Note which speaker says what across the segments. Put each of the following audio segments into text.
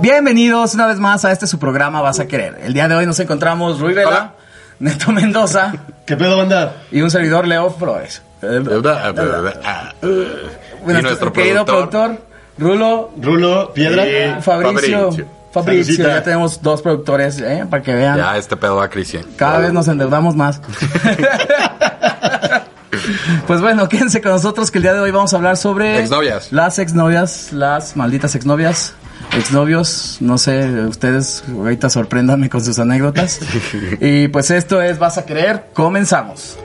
Speaker 1: Bienvenidos una vez más a este su programa Vas a Querer. El día de hoy nos encontramos Rui Vela,
Speaker 2: Hola.
Speaker 1: Neto Mendoza
Speaker 2: ¿Qué pedo, banda?
Speaker 1: y un servidor Leo Flores. Eh,
Speaker 3: ah, Y
Speaker 1: Bueno,
Speaker 3: nuestro
Speaker 1: querido
Speaker 3: productor.
Speaker 1: productor, Rulo
Speaker 2: Rulo, piedra.
Speaker 1: Fabricio.
Speaker 3: Sí. Fabricio.
Speaker 1: Fabricio,
Speaker 2: Salucita.
Speaker 1: ya tenemos dos productores, ¿eh? para que vean.
Speaker 3: Ya, este pedo va creciendo.
Speaker 1: Cada vez nos endeudamos más. pues bueno, quédense con nosotros que el día de hoy vamos a hablar sobre...
Speaker 3: Exnovias.
Speaker 1: Las exnovias, las malditas exnovias. Exnovios, no sé, ustedes ahorita sorpréndanme con sus anécdotas. y pues esto es Vas a Creer, comenzamos.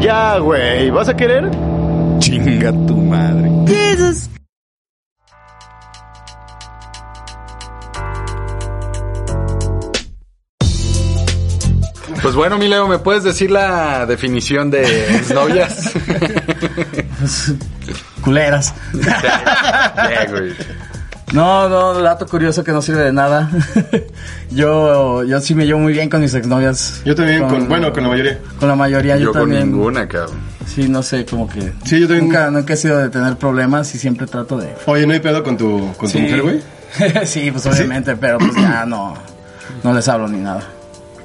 Speaker 2: Ya, güey. ¿Vas a querer?
Speaker 3: Chinga tu madre. Pues bueno, mi Leo, ¿me puedes decir la definición de exnovias?
Speaker 1: Culeras.
Speaker 3: Ya, güey.
Speaker 1: No, no, dato curioso que no sirve de nada. yo, yo sí me llevo muy bien con mis exnovias.
Speaker 2: Yo también, con, bueno, con la mayoría.
Speaker 1: Con la mayoría yo,
Speaker 3: Yo con
Speaker 1: también.
Speaker 3: ninguna, cabrón.
Speaker 1: Sí, no sé, como que.
Speaker 2: Sí, yo también.
Speaker 1: Nunca, nunca he sido de tener problemas y siempre trato de.
Speaker 2: Oye, ¿no hay pedo con tu, con tu mujer, güey?
Speaker 1: sí, pues obviamente, pero pues ya no. No les hablo ni nada.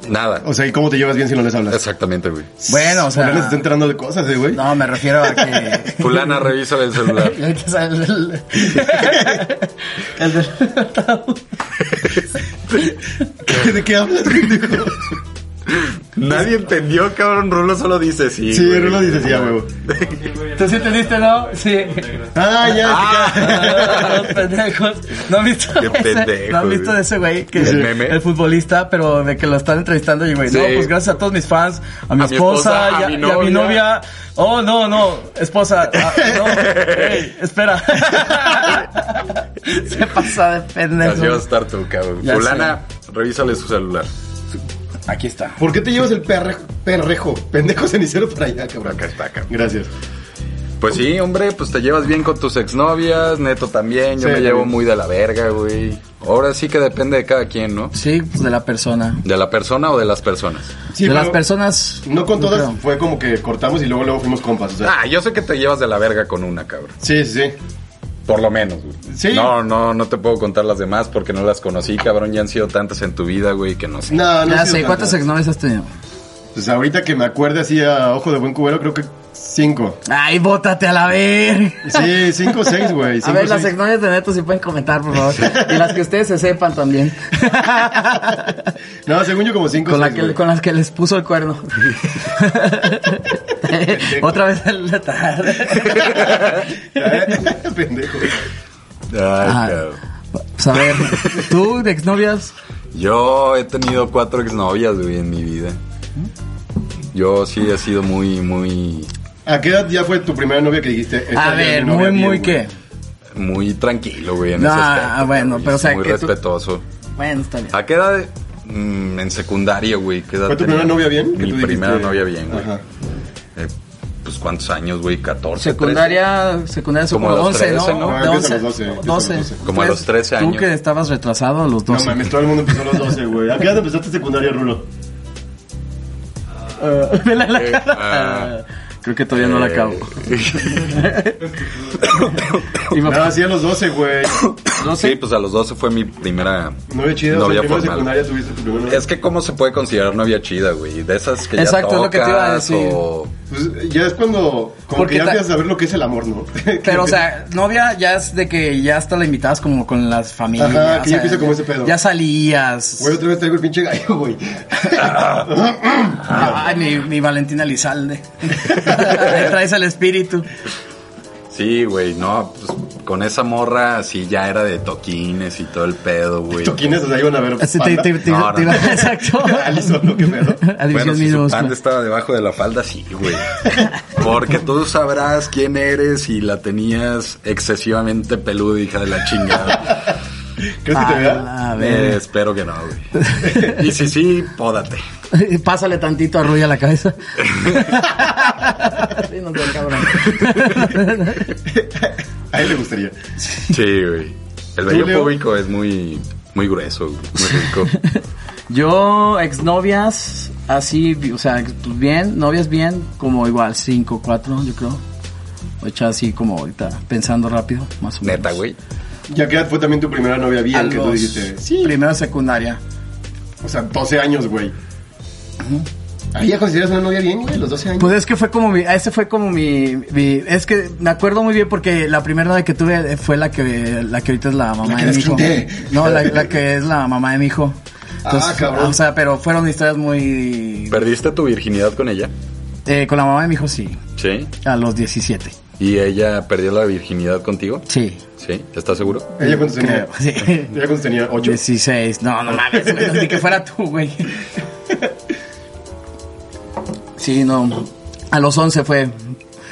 Speaker 3: Nada.
Speaker 2: O sea, ¿y cómo te llevas bien si no les hablas?
Speaker 3: Exactamente, güey.
Speaker 1: Bueno, o sea.
Speaker 2: Fulana se está enterando de cosas, eh, güey.
Speaker 1: No, me refiero a que.
Speaker 3: Fulana, revisa el celular.
Speaker 1: Y hay que saber el, el, el del ataúd.
Speaker 2: ¿De qué hablas, pendejo?
Speaker 3: Nadie entendió, cabrón. Rulo solo dice sí.
Speaker 2: Sí,
Speaker 3: güey.
Speaker 2: Rulo dice sí, a huevo.
Speaker 1: ¿Tú sí entendiste, no? Sí.
Speaker 2: Ah, ya. te queda-
Speaker 1: Ah, los pendejos. ¿No han visto,
Speaker 3: Qué
Speaker 1: ese-
Speaker 3: pendejo,
Speaker 1: ¿no han visto
Speaker 3: güey.
Speaker 1: de ese güey? Que
Speaker 3: ¿El meme?
Speaker 1: futbolista, pero de que lo están entrevistando y güey, no,
Speaker 3: Sí.
Speaker 1: pues gracias a todos mis fans, a mi
Speaker 3: mi
Speaker 1: esposa,
Speaker 3: esposa,
Speaker 1: y, a,
Speaker 3: a mi
Speaker 1: y a mi novia.
Speaker 3: novia.
Speaker 1: Oh, no, no, esposa. ah, no, ey, espera. Se pasa de
Speaker 3: Así vas a
Speaker 1: pendejo.
Speaker 3: estar tú, cabrón.
Speaker 1: Ya
Speaker 3: Fulana, revísale su celular.
Speaker 1: Aquí está.
Speaker 2: ¿Por qué te llevas el perrejo, perrejo, pendejo cenicero para allá, cabrón?
Speaker 3: Acá está, cabrón.
Speaker 2: Gracias.
Speaker 3: Pues sí, hombre, pues te llevas bien con tus exnovias, Neto también, yo
Speaker 2: Sí,
Speaker 3: me llevo
Speaker 2: también.
Speaker 3: muy de la verga, güey. Ahora sí que depende de cada quien, ¿no?
Speaker 1: Sí, pues de la persona.
Speaker 3: De la persona o de las personas.
Speaker 2: Sí,
Speaker 1: de
Speaker 2: pero
Speaker 1: las personas.
Speaker 2: No con todas,
Speaker 1: creo.
Speaker 2: fue como que cortamos y luego luego fuimos compas, o sea.
Speaker 3: Ah, yo sé que te llevas de la verga con una, cabrón.
Speaker 2: Sí, sí, sí.
Speaker 3: Por lo menos, güey.
Speaker 2: Sí.
Speaker 3: No, no, no te puedo contar las demás porque no las conocí, cabrón. Ya han sido tantas en tu vida, güey, que no sé.
Speaker 2: No, no.
Speaker 1: Ya
Speaker 2: ha sido
Speaker 1: sé,
Speaker 2: tanto.
Speaker 1: ¿cuántas exnovias has tenido?
Speaker 2: Pues ahorita que me acuerde así a ojo de buen cubero, creo que cinco.
Speaker 1: Ay, bótate a la ver.
Speaker 2: Sí, cinco o seis, güey.
Speaker 1: A
Speaker 2: cinco,
Speaker 1: ver, las
Speaker 2: seis.
Speaker 1: exnovias de Neto si pueden comentar, por favor. Y las que ustedes se sepan también.
Speaker 2: No, según yo como cinco o
Speaker 1: con, la
Speaker 2: seis,
Speaker 1: que-
Speaker 2: güey.
Speaker 1: con las que les puso el cuerno. Otra vez el
Speaker 2: Pendejo.
Speaker 3: Ay,
Speaker 1: Ah.
Speaker 3: cabrón.
Speaker 1: Pues a ver, tú de exnovias,
Speaker 3: Yo he tenido cuatro exnovias, güey, en mi vida. Yo sí he sido muy, muy,
Speaker 2: ¿A qué edad ya fue tu primera novia que dijiste? "Esta ya
Speaker 1: a
Speaker 2: es
Speaker 1: ver,
Speaker 2: mi
Speaker 1: muy,
Speaker 2: novia bien,
Speaker 1: muy
Speaker 2: güey"?
Speaker 1: qué.
Speaker 3: muy tranquilo, güey, en
Speaker 1: No,
Speaker 3: ese aspecto.
Speaker 1: bueno,
Speaker 3: güey.
Speaker 1: pero, o sea,
Speaker 3: Muy
Speaker 1: que tú-
Speaker 3: respetuoso.
Speaker 1: Bueno, está bien.
Speaker 3: ¿A qué edad? Mm, en secundaria, güey. ¿Qué edad
Speaker 2: ¿Fue tu
Speaker 3: tenía?
Speaker 2: primera novia bien?
Speaker 3: Mi
Speaker 2: que tú dijiste?
Speaker 3: primera novia bien, güey.
Speaker 2: Ajá.
Speaker 3: Eh, pues, ¿cuántos años, güey? ¿14?
Speaker 1: Secundaria, secundaria,
Speaker 3: Como a
Speaker 1: como
Speaker 3: los
Speaker 1: 11,
Speaker 3: 13,
Speaker 1: ¿no? De
Speaker 3: ¿no?
Speaker 2: No,
Speaker 1: 11,
Speaker 2: empieza a los 12, empieza a los
Speaker 1: 12.
Speaker 2: 12.
Speaker 3: Como a los 13
Speaker 1: Tú
Speaker 3: años.
Speaker 1: que estabas retrasado a los
Speaker 2: No
Speaker 1: 12.
Speaker 2: mames, todo el mundo empezó a los 12, güey. ¿A qué edad empezaste secundaria, Rulo?
Speaker 1: Eh, vela la cara.
Speaker 3: ah.
Speaker 1: Creo que todavía
Speaker 3: Eh,
Speaker 1: no la acabo. Y me-
Speaker 2: No, así a los 12, güey.
Speaker 1: 12.
Speaker 3: Sí, pues a los 12 fue mi primera
Speaker 2: Novia chida, o sea,
Speaker 3: novia
Speaker 2: primero
Speaker 3: formal.
Speaker 2: secundaria tuviste tu primera novia.
Speaker 3: Es que, ¿cómo se puede considerar novia chida, güey? De esas que
Speaker 1: Exacto,
Speaker 3: ya
Speaker 1: es lo que te iba a
Speaker 3: tocas
Speaker 1: decir.
Speaker 3: o-
Speaker 2: Pues ya es cuando... Como
Speaker 1: Porque
Speaker 2: que ya
Speaker 1: ta-
Speaker 2: empiezas a saber lo que es el amor, ¿no?
Speaker 1: Pero, o sea, novia ya es de que ya hasta la invitabas como con las familias.
Speaker 2: Ajá, que
Speaker 1: o
Speaker 2: ya
Speaker 1: sea,
Speaker 2: empieza como ese pedo.
Speaker 1: Ya salías.
Speaker 2: Güey, otra vez traigo el pinche gallo, güey.
Speaker 1: Ay, mi, mi Valentina Lizalde. Ahí traes el espíritu.
Speaker 3: Sí, güey, no, pues con esa morra sí ya era de toquines y todo el pedo, güey.
Speaker 2: Toquines, o sea, iban a ver.
Speaker 1: Así te-
Speaker 2: banda.
Speaker 1: te- te-
Speaker 3: No,
Speaker 1: te-
Speaker 3: no.
Speaker 1: Exacto.
Speaker 2: Alison, ¿no? ¿Qué pedo?
Speaker 1: Adivisión
Speaker 3: Bueno, si su
Speaker 1: minúscula.
Speaker 3: panda estaba debajo de la falda, sí, güey. Porque tú sabrás quién eres y la tenías excesivamente peluda, hija de la chingada.
Speaker 2: ¿Crees que te vea?
Speaker 1: Ah, a
Speaker 3: Eh,
Speaker 1: ver.
Speaker 3: espero que no, güey. Y si sí, pódate.
Speaker 1: Pásale tantito arrulla la cabeza. Sí, no seas cabrón.
Speaker 2: A él le gustaría.
Speaker 3: Sí, güey. El
Speaker 2: Leo?
Speaker 3: vello público es muy, muy grueso, güey. Muy rico.
Speaker 1: Yo, exnovias, así, o sea, pues bien, novias bien, como igual, cinco, cuatro, yo creo. Ocho, así como ahorita, pensando rápido, más o menos.
Speaker 3: Neta, güey.
Speaker 2: ¿Y a qué edad fue también tu primera novia
Speaker 1: A
Speaker 2: bien? Que tú
Speaker 1: los
Speaker 2: dijiste.
Speaker 1: Primero secundaria.
Speaker 2: O sea, 12 años, güey. ¿Ahí ya consideras una novia bien, güey? Los 12 años.
Speaker 1: Pues es que fue como mi, ese fue como mi, mi- es que me acuerdo muy bien porque la primera novia que tuve fue la que, la que ahorita es la mamá
Speaker 2: La que
Speaker 1: de mi hijo.
Speaker 2: desquité.
Speaker 1: No, la, la que es la mamá de mi hijo. Entonces,
Speaker 2: Ah, cabrón.
Speaker 1: O sea, pero fueron historias muy,
Speaker 3: ¿Perdiste tu virginidad con ella?
Speaker 1: eh, con la mamá de mi hijo sí,
Speaker 3: Sí.
Speaker 1: a los 17.
Speaker 3: ¿Y ella perdió la virginidad contigo?
Speaker 1: Sí.
Speaker 3: Sí. ¿Estás seguro?
Speaker 2: ¿Ella cuántos tenía?
Speaker 1: Creo, sí.
Speaker 2: ¿Ella cuántos tenía? ¿Ocho?
Speaker 1: 16. No, no mames, güey, ni que fuera tú, güey. Sí, no. A los 11 fue.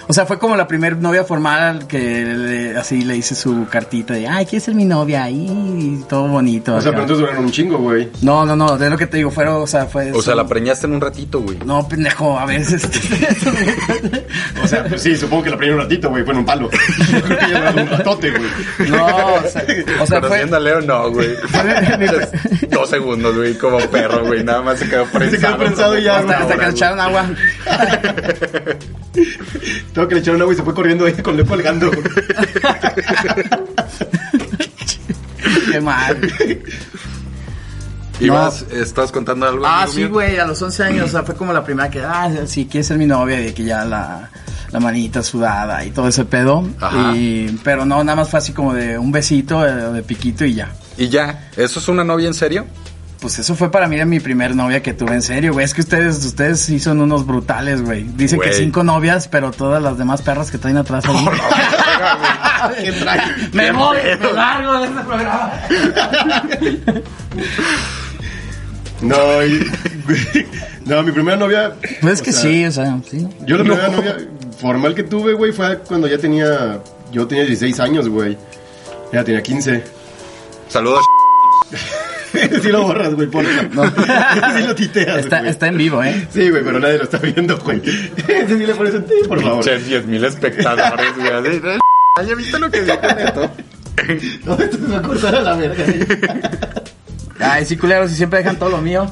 Speaker 1: O sea, fue como la primer novia formal que le- así le hice su cartita de, ay, ¿quieres ser mi novia? ahí y todo bonito.
Speaker 2: O sea, pero
Speaker 1: acá.
Speaker 2: entonces duraron un chingo, güey.
Speaker 1: No, no, no, es lo que te digo, fueron, o sea, fue...
Speaker 3: O sea, la preñaste en un ratito, güey.
Speaker 1: No, pendejo, a veces...
Speaker 2: O sea, pues sí, supongo que la primera un ratito, güey, fue en un palo. Yo creo que ya duraron un ratote, güey.
Speaker 1: no, o sea, o sea, fue...
Speaker 3: Conociendo a Leo, no, güey. Entonces, Dos segundos, güey, como perro, güey. Nada más se quedó prensado.
Speaker 2: quedó prensado y ya,
Speaker 3: como
Speaker 2: güey,
Speaker 3: una
Speaker 1: Hasta
Speaker 3: hora,
Speaker 1: que le echaron agua.
Speaker 2: Tengo que le echaron agua y se fue corriendo ahí con le colgando. güey.
Speaker 1: Qué mal.
Speaker 3: güey. ¿Y
Speaker 1: No.
Speaker 3: vas, estás contando algo?
Speaker 1: Ah,
Speaker 3: amigo
Speaker 1: sí,
Speaker 3: mío?
Speaker 1: güey, a los 11 años, o sea, fue como la primera que, ah, sí, quieres ser mi novia, y que ya la, la manita sudada y todo ese pedo.
Speaker 3: Ajá.
Speaker 1: Y- pero no, nada más fue así como de un besito, eh, de piquito y ya.
Speaker 3: Y ya, ¿eso es una novia en serio?
Speaker 1: Pues eso fue para mí mi primer novia que tuve en serio, güey. Es que ustedes, ustedes sí son unos brutales, güey. Dicen que
Speaker 3: Güey.
Speaker 1: cinco novias, pero todas las demás perras que traen atrás. ahí-
Speaker 2: ¿Qué trae?
Speaker 1: me voy, me largo de este programa.
Speaker 2: No, y- güey, no, mi primera novia.
Speaker 1: Pues es
Speaker 2: o
Speaker 1: que
Speaker 2: sea,
Speaker 1: sí, o sea, sí.
Speaker 2: Yo la primera novia formal que tuve, güey, fue cuando ya tenía. Yo tenía 16 años, güey. Ella tenía 15.
Speaker 3: Saludos.
Speaker 2: sí lo borras, güey, por Sí lo titeas,
Speaker 1: Está,
Speaker 2: güey.
Speaker 1: está en vivo, ¿eh?
Speaker 2: Sí, güey, pero nadie lo está viendo, güey. Ese sí le pones un ti, por favor.
Speaker 3: Che, 10 mil espectadores, güey. así, ¿no? ¿Ya viste lo que dijo Neto?
Speaker 2: No, esto se va a cortar a la verga.
Speaker 1: Ay, sí, culeros, y siempre dejan todo lo mío.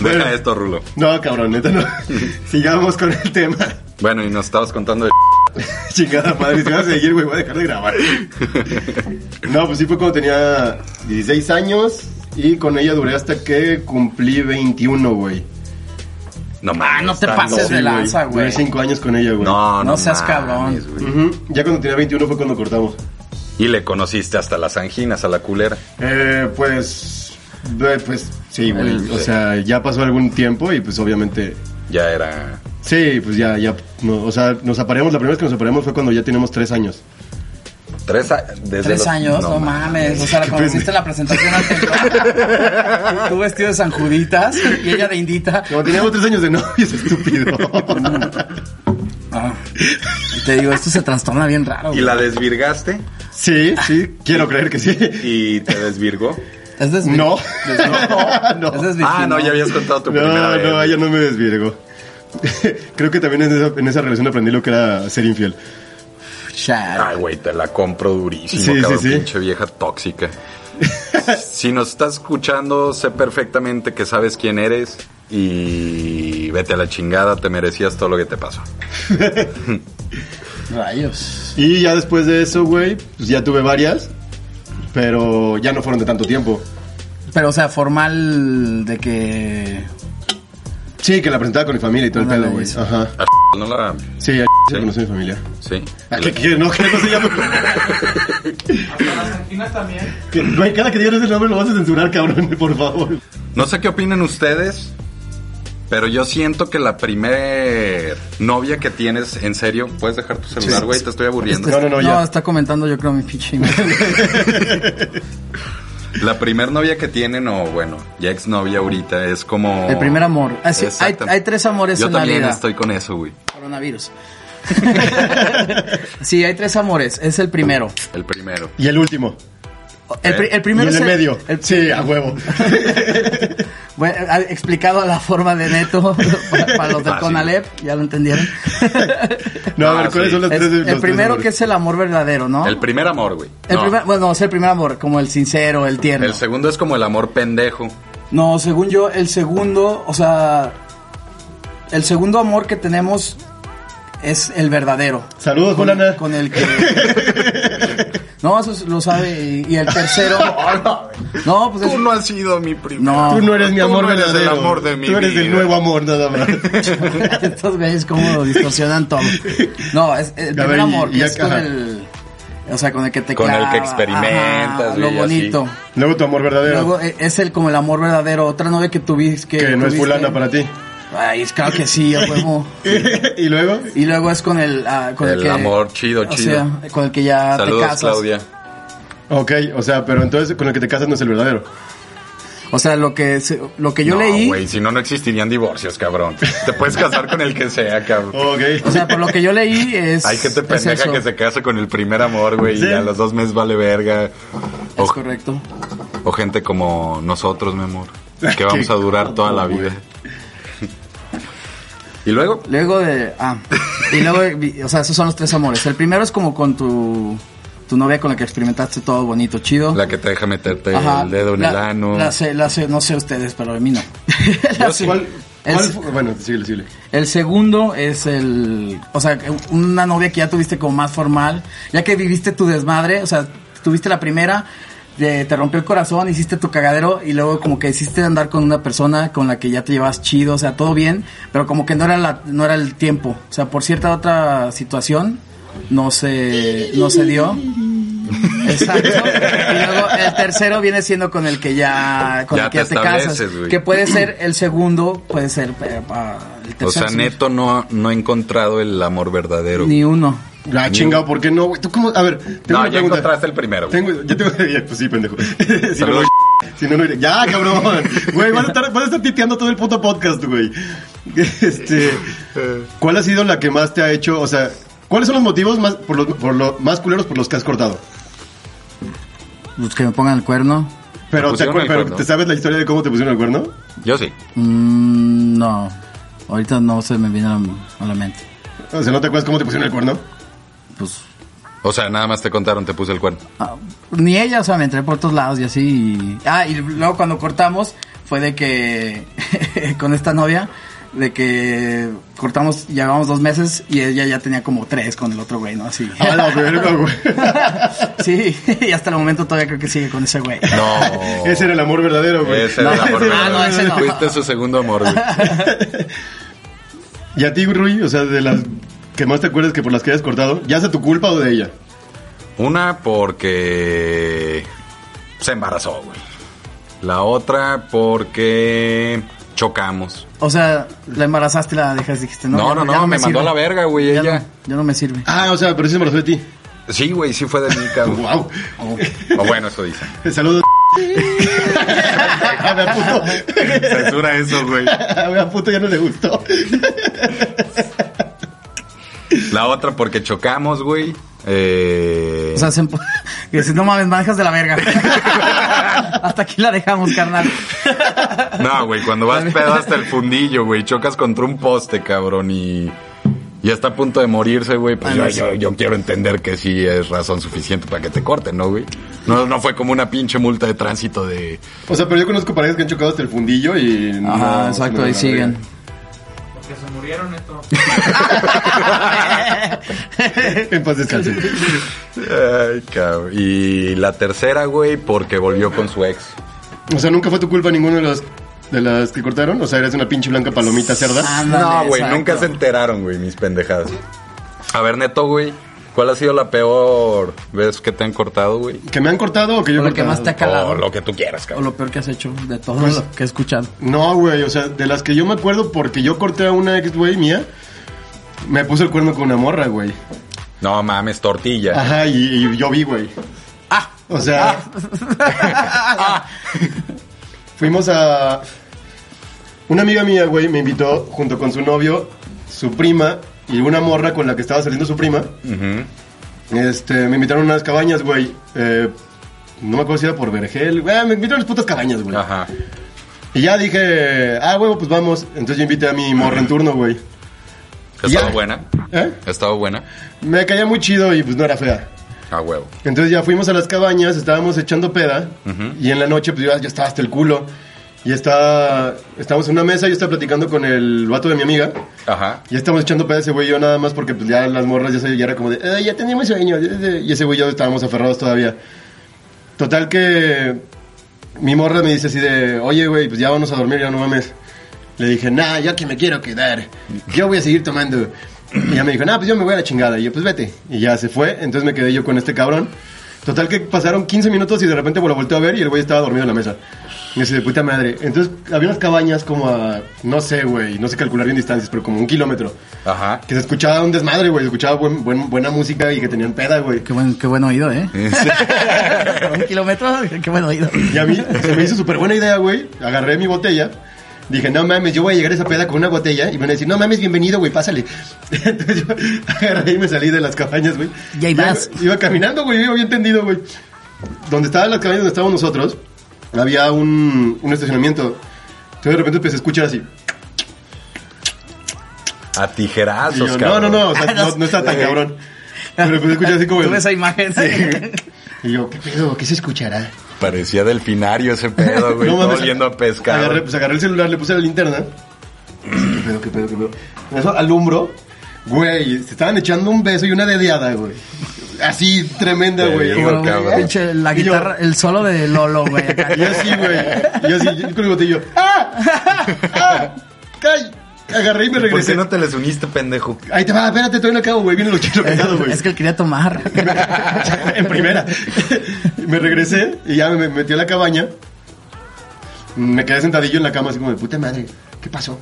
Speaker 2: Bueno.
Speaker 3: Deja esto, Rulo.
Speaker 2: No, cabrón, neta, no. Sigamos con el tema.
Speaker 3: Bueno, y nos estabas contando de...
Speaker 2: Chingada madre, si vas a seguir, güey, voy a dejar de grabar. No, pues sí fue cuando tenía 16 años y con ella duré hasta que cumplí 21, güey.
Speaker 3: No mames.
Speaker 1: Ah, no te
Speaker 3: tanto.
Speaker 1: pases
Speaker 2: Sí,
Speaker 1: de lanza, güey.
Speaker 2: Duré 5 años con ella, güey.
Speaker 3: No, no,
Speaker 1: No seas
Speaker 3: mames,
Speaker 1: cabrón.
Speaker 3: güey.
Speaker 2: Ujú. Ya cuando tenía 21 fue cuando cortamos.
Speaker 3: Y le conociste hasta las anginas a la culera.
Speaker 2: Eh, pues. eh, Pues sí, güey. O sea, ya pasó algún tiempo y pues obviamente.
Speaker 3: Ya era...
Speaker 2: Sí, pues ya, ya. no, o sea, nos apareamos, la primera vez que nos apareamos fue cuando ya teníamos 3 años.
Speaker 3: Tres, a- desde
Speaker 1: Tres
Speaker 3: los-
Speaker 1: años, no, mames. O sea, la conociste en la presentación anterior. Tú vestido de San Juditas y ella de Indita.
Speaker 2: Cuando teníamos 3 años de novios, estúpido.
Speaker 1: Ah, te digo, esto se trastorna bien raro.
Speaker 3: Y
Speaker 1: güey.
Speaker 3: la desvirgaste
Speaker 2: sí, sí, quiero creer que sí.
Speaker 3: y te desvirgó.
Speaker 1: Es desvi-
Speaker 2: No.
Speaker 1: No. Es desvirginal.
Speaker 3: Ah, no, ya habías contado tu primera
Speaker 2: No,
Speaker 3: vez.
Speaker 2: no, ella no me desvirgo. Creo que también en esa, en esa relación aprendí lo que era ser infiel.
Speaker 1: Chale.
Speaker 3: Ay, güey, te la compro durísimo,
Speaker 2: Sí, sí,
Speaker 3: cabrón,
Speaker 2: sí.
Speaker 3: pinche vieja tóxica. si nos estás escuchando, sé perfectamente que sabes quién eres y vete a la chingada, te merecías todo lo que te pasó.
Speaker 1: Rayos.
Speaker 2: Y ya después de eso, güey, pues ya tuve varias, pero ya no fueron de tanto tiempo.
Speaker 1: Pero, o sea, formal de que.
Speaker 2: Sí, que la presentaba con mi familia y todo el
Speaker 1: Ándale,
Speaker 2: pedo, güey.
Speaker 1: sí.
Speaker 2: Ajá.
Speaker 3: No la...
Speaker 2: Sí,
Speaker 3: Sí.
Speaker 2: a
Speaker 3: Ah,
Speaker 2: se conoce mi familia.
Speaker 3: Sí.
Speaker 1: Ah,
Speaker 2: ¿A qué quiere? No, que no se llame. Que- Güey, cada que digas ese nombre lo vas a censurar, cabrón, por favor.
Speaker 3: No sé qué opinan ustedes, Pero yo siento que la primer novia que tienes, en serio, puedes dejar tu celular, güey, te estoy aburriendo.
Speaker 2: No, no, no, ya.
Speaker 1: está comentando yo creo mi pinche imagen.
Speaker 3: La primer novia que tienen, o bueno, ya exnovia ahorita, es como...
Speaker 1: El primer amor. Ah, sí, hay,
Speaker 3: Exactamente.
Speaker 1: hay tres amores
Speaker 3: Yo
Speaker 1: en la
Speaker 3: también
Speaker 1: vida.
Speaker 3: estoy con eso, güey.
Speaker 1: Coronavirus. sí, hay tres amores. Es el primero.
Speaker 3: El primero.
Speaker 2: Y el último.
Speaker 1: El, pri- el primero
Speaker 2: y el
Speaker 1: es
Speaker 2: en medio.
Speaker 1: el-
Speaker 2: sí, a huevo.
Speaker 1: Bueno, ha explicado la forma de neto para, para los del
Speaker 3: Fácil.
Speaker 1: Conalep, ya lo entendieron.
Speaker 2: No, a
Speaker 3: Ah,
Speaker 2: ver, ¿cuáles
Speaker 3: sí.
Speaker 2: son las
Speaker 1: Es-
Speaker 2: tres? los
Speaker 1: el
Speaker 2: tres
Speaker 1: primero
Speaker 2: amores?
Speaker 1: que es el amor verdadero, ¿no?
Speaker 3: El primer amor, güey.
Speaker 1: El
Speaker 3: No.
Speaker 1: primer- bueno, es el primer amor, como el sincero, el tierno.
Speaker 3: El segundo es como el amor pendejo.
Speaker 1: no, según yo, el segundo, o sea, el segundo amor que tenemos es el verdadero.
Speaker 2: Saludos,
Speaker 1: con,
Speaker 2: Juliana.
Speaker 1: con el que... no, eso es- lo sabe. Y, y el tercero... no, pues es-
Speaker 3: Tú no has sido mi primer
Speaker 1: No.
Speaker 2: Tú no eres mi
Speaker 3: Tú
Speaker 2: amor
Speaker 3: no eres el
Speaker 2: verdadero.
Speaker 3: amor de mi
Speaker 2: Tú eres el
Speaker 3: vida.
Speaker 2: nuevo amor, nada más.
Speaker 1: Estos güeyes como lo distorsionan todo. No, es el
Speaker 2: A
Speaker 1: primer
Speaker 2: ver, y-
Speaker 1: amor,
Speaker 2: y
Speaker 1: que es
Speaker 2: acá,
Speaker 1: con
Speaker 2: ajá.
Speaker 1: el... O sea, con el que te
Speaker 3: Con el
Speaker 1: clava,
Speaker 3: que experimentas,
Speaker 1: ajá, Lo
Speaker 3: güey, así.
Speaker 1: bonito.
Speaker 2: Luego tu amor verdadero.
Speaker 1: Luego eh, es el como el amor verdadero. Otra novia que tuviste... Que,
Speaker 2: que no es
Speaker 1: tuviste.
Speaker 2: fulana para ti.
Speaker 1: Ay, es claro que sí, a huevo.
Speaker 2: y luego.
Speaker 1: Y luego es con el... ah, con el,
Speaker 3: El
Speaker 1: que-
Speaker 3: amor chido,
Speaker 1: o
Speaker 3: chido.
Speaker 1: sea, con el que ya te
Speaker 3: Saludos,
Speaker 1: casas.
Speaker 3: Claudia.
Speaker 2: Ok, o sea, pero entonces con el que te casas no es el verdadero.
Speaker 1: O sea, lo que, se- lo que yo
Speaker 3: no,
Speaker 1: leí...
Speaker 3: güey, si no, no existirían divorcios, cabrón. Te puedes casar con el que sea, cabrón.
Speaker 2: Ok.
Speaker 1: O sea, por lo que yo leí es...
Speaker 3: Hay gente
Speaker 1: Oh, es
Speaker 3: pendeja
Speaker 1: eso.
Speaker 3: que se casa con el primer amor, güey,
Speaker 2: Sí.
Speaker 3: y a los dos meses vale verga. O,
Speaker 1: Es correcto.
Speaker 3: o gente como nosotros, mi amor, que vamos a durar toda la vida. Y luego,
Speaker 1: Luego de. Ah. Y luego, vi- o sea, esos son los tres amores. El primero es como con tu, tu novia con la que experimentaste todo bonito, chido.
Speaker 3: la que te deja meterte
Speaker 1: Ajá.
Speaker 3: el dedo en
Speaker 1: La-
Speaker 3: el ano.
Speaker 1: la sé- la sé- no sé ustedes, pero a mí no. La sé.
Speaker 2: ¿Cuál, cuál
Speaker 1: Es-
Speaker 2: fu- bueno, síguele, síguele.
Speaker 1: el segundo es el. O sea, una novia que ya tuviste como más formal. Ya que viviste tu desmadre, o sea, tuviste la primera. de- te rompió el corazón, hiciste tu cagadero y luego como que hiciste andar con una persona con la que ya te llevas chido, o sea, todo bien, pero como que no era la, no era el tiempo, o sea, por cierta otra situación no se no se dio. Exacto. Y luego el tercero viene siendo con el que ya con
Speaker 3: Ya
Speaker 1: el que ya
Speaker 3: te
Speaker 1: te, casas,
Speaker 3: estableces, güey.
Speaker 1: que puede ser el segundo, puede ser eh, ah, el
Speaker 3: o
Speaker 1: tercero.
Speaker 3: sea, neto no, no he encontrado el amor verdadero.
Speaker 1: Ni uno.
Speaker 2: Ah, chingado, ¿por qué no, güey? ¿Tú cómo? A ver, tengo
Speaker 3: no,
Speaker 2: una
Speaker 3: ya
Speaker 2: pregunta.
Speaker 3: encontraste el primero. güey.
Speaker 2: Tengo, yo tengo, ya, pues sí, pendejo. si, no,
Speaker 3: Saludos.
Speaker 2: no- si no, no iré. Ya, cabrón. Güey, vas a estar, vas a estar titeando todo el puto podcast, güey. Este, ¿Cuál ha sido la que más te ha hecho? O sea, ¿cuáles son los motivos más, por los, por lo, más culeros por los que has cortado?
Speaker 1: Pues que me pongan el cuerno.
Speaker 2: Pero,
Speaker 3: Te
Speaker 2: te,
Speaker 3: pusieron
Speaker 2: acuer-
Speaker 3: el
Speaker 2: pero
Speaker 3: cuerno.
Speaker 2: ¿te sabes la historia de cómo te pusieron el cuerno?
Speaker 3: Yo sí.
Speaker 1: Mm, no. Ahorita no se me viene a la- a la mente.
Speaker 2: O sea, ¿no te acuerdas cómo te pusieron el cuerno?
Speaker 1: Pues
Speaker 3: O sea, nada más te contaron, te puse el cuerno.
Speaker 1: Ah, ni ella, o sea, me entré por todos lados y así. y- Ah, y luego cuando cortamos fue de que con esta novia, de que cortamos, llevábamos dos meses y ella ya tenía como tres con el otro güey, ¿no? Así.
Speaker 2: A Ah, la verga, güey.
Speaker 1: sí, y hasta el momento todavía creo que sigue con ese güey.
Speaker 3: No.
Speaker 2: Ese era el amor verdadero, güey.
Speaker 3: Ese era el
Speaker 1: Ah, No,
Speaker 3: amor
Speaker 1: ese no,
Speaker 2: Ah,
Speaker 3: verdadero.
Speaker 1: no, ese no.
Speaker 3: Fuiste su segundo amor, güey.
Speaker 2: Y a ti, Rui, o sea, de las que más te acuerdas que por las que hayas cortado, ¿ya sea tu culpa o de ella?
Speaker 3: Una porque se embarazó, güey. La otra porque chocamos.
Speaker 1: O sea, la embarazaste y la dejaste, dijiste, no.
Speaker 3: No,
Speaker 1: ya
Speaker 3: no, no,
Speaker 1: ya
Speaker 3: me mandó
Speaker 1: sirve.
Speaker 3: a la verga, güey,
Speaker 1: Ya
Speaker 3: ella.
Speaker 1: no, ya no me sirve.
Speaker 2: Ah, o sea, pero sí se me lo de ti.
Speaker 3: Sí, güey, sí fue de mí, cabrón.
Speaker 2: Wow.
Speaker 3: O bueno, eso dicen.
Speaker 2: Saludos. a ver, puto.
Speaker 3: Censura eso, güey.
Speaker 2: A ver, puto ya no le gustó.
Speaker 3: La otra porque chocamos, güey. Eh,
Speaker 1: O sea, se empu- y dices, no mames, manejas de la verga. hasta aquí la dejamos, carnal.
Speaker 3: no, güey, cuando vas pedo hasta el fundillo, güey, chocas contra un poste, cabrón, y, y está a punto de morirse, güey. Pues yo, yo- yo quiero entender que sí es razón suficiente para que te corten, ¿no, güey? No, no fue como una pinche multa de tránsito de...
Speaker 2: O sea, pero yo conozco parejas que han chocado hasta el fundillo y. no,
Speaker 1: Ajá,
Speaker 2: se me
Speaker 1: exacto,
Speaker 2: da
Speaker 1: ahí
Speaker 2: la
Speaker 1: siguen.
Speaker 2: verga.
Speaker 4: Porque se murieron esto.
Speaker 2: En paz descanse.
Speaker 3: Ay, cabrón. Y la tercera, güey, porque volvió con su ex.
Speaker 2: O sea, nunca fue tu culpa ninguno de las, de las que cortaron. O sea, eres una pinche blanca palomita cerda.
Speaker 1: Ah, Ándale,
Speaker 3: No, güey,
Speaker 1: exacto.
Speaker 3: nunca se enteraron, güey, mis pendejadas. A ver, Neto, güey, ¿Cuál ha sido la peor vez que te han cortado, güey?
Speaker 2: ¿Que me han cortado o que yo
Speaker 1: O
Speaker 2: he
Speaker 1: lo que
Speaker 2: cortado?
Speaker 1: más te ha calado.
Speaker 3: O Oh, lo que tú quieras,
Speaker 1: O
Speaker 3: cabrón.
Speaker 1: lo peor que has hecho de todo
Speaker 2: Pues-
Speaker 1: lo que he escuchado.
Speaker 2: No, güey, o sea, de las que yo me acuerdo porque yo corté a una ex güey mía, me puse el cuerno con una morra, güey.
Speaker 3: No mames, tortilla.
Speaker 2: Ajá, y, y yo vi, güey.
Speaker 1: Ah,
Speaker 2: O sea, Ah. fuimos a una amiga mía, güey, me invitó junto con su novio, su prima y una morra con la que estaba saliendo su prima.
Speaker 3: Ujú.
Speaker 2: Este, me invitaron a unas cabañas, güey. Eh, no me acuerdo si era por Vergel. güey, ah, me invitaron a las putas cabañas, güey.
Speaker 3: Ajá.
Speaker 2: Y ya dije, ah, huevo, pues vamos. Entonces yo invité a mi morra en turno, güey.
Speaker 3: ¿Ha
Speaker 2: Ya.
Speaker 3: estado buena?
Speaker 2: ¿Eh?
Speaker 3: ¿Ha estado buena?
Speaker 2: Me caía muy chido y pues no era fea.
Speaker 3: A huevo.
Speaker 2: Entonces ya fuimos a las cabañas, estábamos echando peda y en la noche pues yo ya estaba hasta el culo. Y está, estábamos en una mesa, yo estaba platicando con el vato de mi amiga.
Speaker 3: Ajá.
Speaker 2: Y estábamos echando peda ese güey y yo nada más porque pues, ya las morras ya, se- ya era como de, "Ay, ya teníamos sueño. Y ese güey y yo estábamos aferrados todavía. Total que mi morra me dice así de, oye güey, pues ya vamos a dormir, ya no mames. Le dije, nah, yo que me quiero quedar. Yo voy a seguir tomando. Y ella me dijo, nah, pues yo me voy a la chingada. Y yo, pues vete. Y ya se fue. Entonces me quedé yo con este cabrón. Total que pasaron 15 minutos y de repente lo volteo a ver y el güey estaba dormido en la mesa. Y así de puta madre. Entonces había unas cabañas como a, no sé, güey, no sé calcular bien distancias, pero como un kilómetro.
Speaker 3: Ajá.
Speaker 2: Que se escuchaba un desmadre, güey. Se escuchaba buen- buen- buena música y que tenían peda, güey.
Speaker 1: qué buen, qué buen oído, ¿eh? Un kilómetro, qué buen oído.
Speaker 2: Y a mí se me hizo súper buena idea, güey. Agarré mi botella. Dije, no mames, yo voy a llegar a esa peda con una botella y me van a decir, no mames, bienvenido, güey, pásale. Entonces yo agarré y me salí de las cabañas, güey.
Speaker 1: Y ahí
Speaker 2: Iba-
Speaker 1: vas.
Speaker 2: Iba, caminando, güey, iba bien tendido, güey. Donde estaban las cabañas donde estábamos nosotros, había un, un estacionamiento. Entonces de repente empecé a escuchar así.
Speaker 3: A
Speaker 2: Y yo,
Speaker 3: tijerazos,
Speaker 2: no,
Speaker 3: cabrón.
Speaker 2: no, no, o sea, no, no está tan cabrón. Pero empecé a escuchar así como... el-
Speaker 1: Tuve esa imagen.
Speaker 2: Y yo, ¿qué pedo? ¿Qué se escuchará?
Speaker 3: Parecía delfinario ese pedo, güey. todo oliendo a pescado.
Speaker 2: Agarré, pues agarré el celular, le puse la linterna. ¿Qué pedo, qué pedo, qué pedo? En eso alumbro. Güey, se estaban echando un beso y una dediada, güey. Así, tremenda,
Speaker 3: Te
Speaker 2: güey.
Speaker 3: digo,
Speaker 2: Como-
Speaker 3: cabrón.
Speaker 1: Pinche, la
Speaker 2: Y yo-
Speaker 1: guitarra, el solo de Lolo, güey. acá.
Speaker 2: Y Yo sí, güey. Y Yo sí, yo con el botillo. ¡Ah! ¡Ah! ¡Cay! Agarré y me
Speaker 3: ¿Por qué
Speaker 2: regresé.
Speaker 3: no te les uniste, pendejo?
Speaker 2: Ahí te va, espérate, todavía no acabo, güey. Viene lo que lo cagado, güey.
Speaker 1: Es que él quería tomar.
Speaker 2: en primera. me regresé y ya me metí a la cabaña. Me quedé sentadillo en la cama así como de puta madre, ¿qué pasó?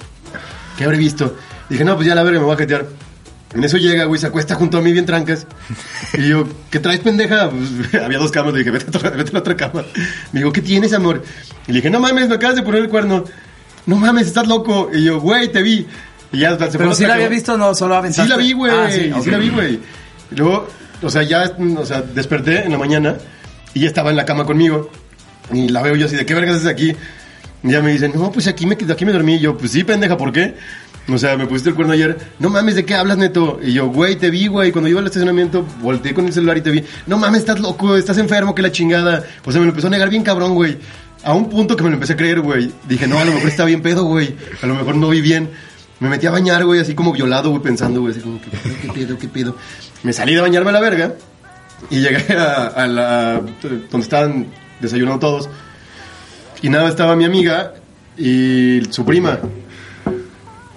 Speaker 2: ¿Qué habré visto? Dije, no, pues ya la verga, me voy a jetear. En eso llega, güey, se acuesta junto a mí bien trancas. Y yo, ¿qué traes, pendeja? Pues, había dos camas, le dije, vete a, otra- vete a la otra cama. Me dijo, ¿qué tienes, amor? Y le dije, no mames, me acabas de poner el cuerno. No mames, estás loco. Y yo, güey, te vi. Y ya se fue
Speaker 1: Pero
Speaker 2: a
Speaker 1: si
Speaker 2: otra
Speaker 1: la había
Speaker 2: cama.
Speaker 1: visto, no, solo aventaste.
Speaker 2: Sí la vi, güey.
Speaker 1: Ah,
Speaker 2: sí,
Speaker 1: ok.
Speaker 2: la vi, güey. Y Luego, o sea, ya, mm, o sea, desperté en la mañana y ya estaba en la cama conmigo. Y la veo yo así, ¿de qué vergas haces aquí? Y ya me dicen, no, pues aquí me, qued- aquí me dormí. Y yo, pues sí, pendeja, ¿por qué? O sea, me pusiste el cuerno ayer. No mames, ¿de qué hablas, neto? Y yo, güey, te vi, güey. Cuando iba al estacionamiento, volteé con el celular y te vi. No mames, estás loco, estás enfermo, que la chingada. O sea, me lo empezó a negar bien cabrón, güey. A un punto que me lo empecé a creer, güey. Dije, no, a lo mejor está bien pedo, güey. A lo mejor no vi bien. Me metí a bañar, güey, así como violado, güey, pensando, güey, así como, ¿qué pedo, qué pedo, qué pedo? Me salí de bañarme a la verga y llegué a, a la. donde estaban desayunando todos. Y nada, estaba mi amiga y su prima.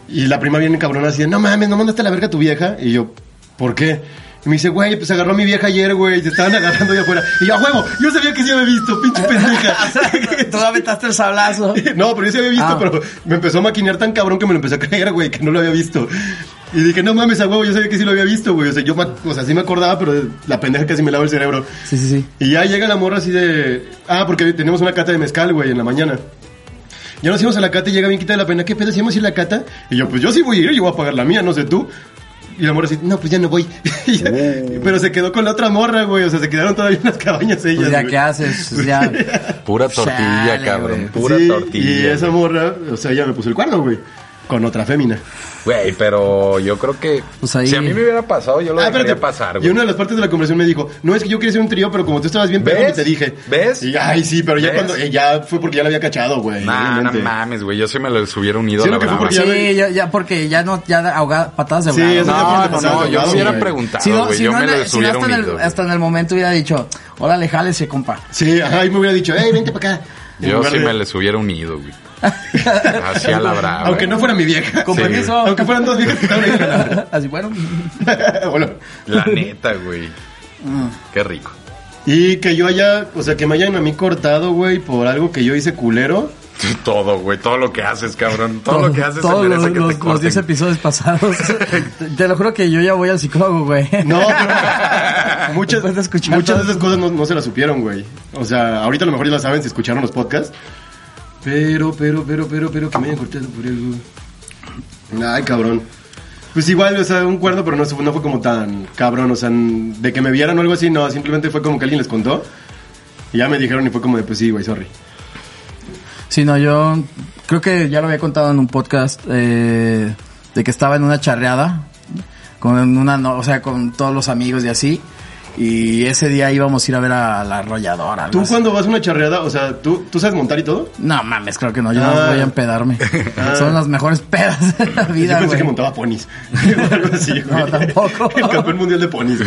Speaker 2: Y la prima viene cabrona así de, no mames, no mandaste a la verga a tu vieja. Y yo, ¿por qué? Y me dice, güey, pues agarró a mi vieja ayer, güey, te estaban agarrando allá afuera. Y yo, a huevo, yo sabía que sí había visto, pinche pendeja.
Speaker 1: Tú aventaste el sablazo.
Speaker 2: No, pero yo sí había visto,
Speaker 1: Ah.
Speaker 2: pero me empezó a maquinear tan cabrón que me lo empecé a creer, güey, que no lo había visto. Y dije, no mames, a huevo, yo sabía que sí lo había visto, güey. O sea, yo, ma- o sea, sí me acordaba, pero la pendeja casi me lava el cerebro.
Speaker 1: Sí, sí, sí.
Speaker 2: Y ya llega la morra así de... Ah, porque tenemos una cata de mezcal, güey, en la mañana. Ya nos íbamos a la cata y llega bien quita de la pena. ¿Qué pedo? ¿Sí vamos a ir a la cata? Y yo, pues yo sí voy a ir, yo voy a pagar la mía, no sé tú. Y la morra así, no, pues ya no voy. Y ya- pero se quedó con la otra morra, güey. O sea, se quedaron todavía en las cabañas ellas,
Speaker 1: Pues ya,
Speaker 2: güey.
Speaker 1: ¿qué haces? Pues ya.
Speaker 3: Pura tortilla,
Speaker 1: Chale,
Speaker 3: cabrón.
Speaker 1: güey.
Speaker 3: Pura
Speaker 2: Sí,
Speaker 3: tortilla.
Speaker 2: Y esa morra, o sea, ella me puso el cuerno, güey. Con otra fémina.
Speaker 3: Güey, pero yo creo que.
Speaker 1: Pues ahí-
Speaker 3: Si a mí me hubiera pasado, yo lo dejaría pasar,
Speaker 2: Ah, y
Speaker 3: güey.
Speaker 2: una de las partes de la conversación me dijo, no, es que yo quería ser un trío, pero como tú estabas bien
Speaker 3: ¿Ves?
Speaker 2: pedo, ni te dije.
Speaker 3: ¿Ves?
Speaker 2: Y, ay, sí, pero ya
Speaker 3: ¿Ves?
Speaker 2: cuando, eh, ya fue porque ya la había cachado, güey.
Speaker 3: Nah, no
Speaker 2: obviamente.
Speaker 3: mames, güey. Yo sí me les hubiera unido
Speaker 2: Sí,
Speaker 3: a la
Speaker 2: lo que fue
Speaker 3: brava.
Speaker 2: porque
Speaker 3: Sí.
Speaker 1: Sí, ya, ya, porque ya no, ya da- ahoga- patadas de
Speaker 2: Sí,
Speaker 1: ahogado.
Speaker 2: eso ya
Speaker 3: No,
Speaker 2: fue
Speaker 3: no,
Speaker 2: pasado,
Speaker 3: no, yo
Speaker 2: güey.
Speaker 3: hubiera
Speaker 1: Si
Speaker 3: preguntado,
Speaker 1: no,
Speaker 3: güey.
Speaker 1: si
Speaker 3: yo
Speaker 1: no,
Speaker 3: me
Speaker 1: en el-
Speaker 3: les
Speaker 1: si no
Speaker 3: hubiera
Speaker 1: hasta, en
Speaker 3: unido.
Speaker 1: el, hasta en el momento hubiera dicho, órale, jálese, compa.
Speaker 2: Sí, ajá, y me hubiera dicho, hey, vente para acá. En
Speaker 3: Yo
Speaker 2: lugar
Speaker 3: sí
Speaker 2: de-
Speaker 3: me les hubiera unido, güey. Así a la brava. eh.
Speaker 2: Aunque no fuera mi vieja.
Speaker 1: Con
Speaker 3: Sí,
Speaker 1: permiso.
Speaker 3: güey.
Speaker 2: Aunque fueran dos viejas que estaban ahí jalando.
Speaker 1: Así, bueno.
Speaker 2: Hola.
Speaker 3: La neta, güey.
Speaker 1: Mm.
Speaker 3: Qué rico.
Speaker 2: Y que yo haya, o sea, que me hayan a mí cortado, güey, por algo que yo hice culero.
Speaker 3: Todo, güey. Todo lo que haces, cabrón. Todo, lo que haces se
Speaker 1: Todos
Speaker 3: merece
Speaker 1: los,
Speaker 3: que
Speaker 1: los-
Speaker 3: te
Speaker 1: los
Speaker 3: corten.
Speaker 1: 10 episodios pasados. Te- te lo juro que yo ya voy al psicólogo, güey.
Speaker 2: No, pero muchas,
Speaker 1: Después de escuchar
Speaker 2: muchas de
Speaker 1: todo
Speaker 2: esas cosas no, no se las supieron, güey. O sea, ahorita a lo mejor ya las saben si escucharon los podcasts. Pero, pero, pero, pero, pero, que me hayan cortado por algo. Ay, cabrón. Pues igual, o sea, un cuerno, pero no, fue- no fue como tan cabrón, o sea, n- de que me vieran o algo así, no, simplemente fue como que alguien les contó. Y ya me dijeron y fue como de, pues sí, güey, sorry.
Speaker 1: Sí, no, yo creo que ya lo había contado en un podcast eh, de que estaba en una charreada con una, no- o sea, con todos los amigos y así. Y ese día íbamos a ir a ver a la arrolladora. algo
Speaker 2: ¿Tú
Speaker 1: así.
Speaker 2: cuando vas a una charreada, o sea, ¿tú, tú sabes montar y todo?
Speaker 1: No mames, creo que no, yo no
Speaker 2: Ah.
Speaker 1: voy a empedarme.
Speaker 2: Ah.
Speaker 1: Son las mejores pedas de la
Speaker 2: Yo
Speaker 1: vida,
Speaker 2: pensé que
Speaker 1: güey.
Speaker 2: montaba ponis. O algo así, güey.
Speaker 1: No, tampoco.
Speaker 2: El campeón mundial de ponis.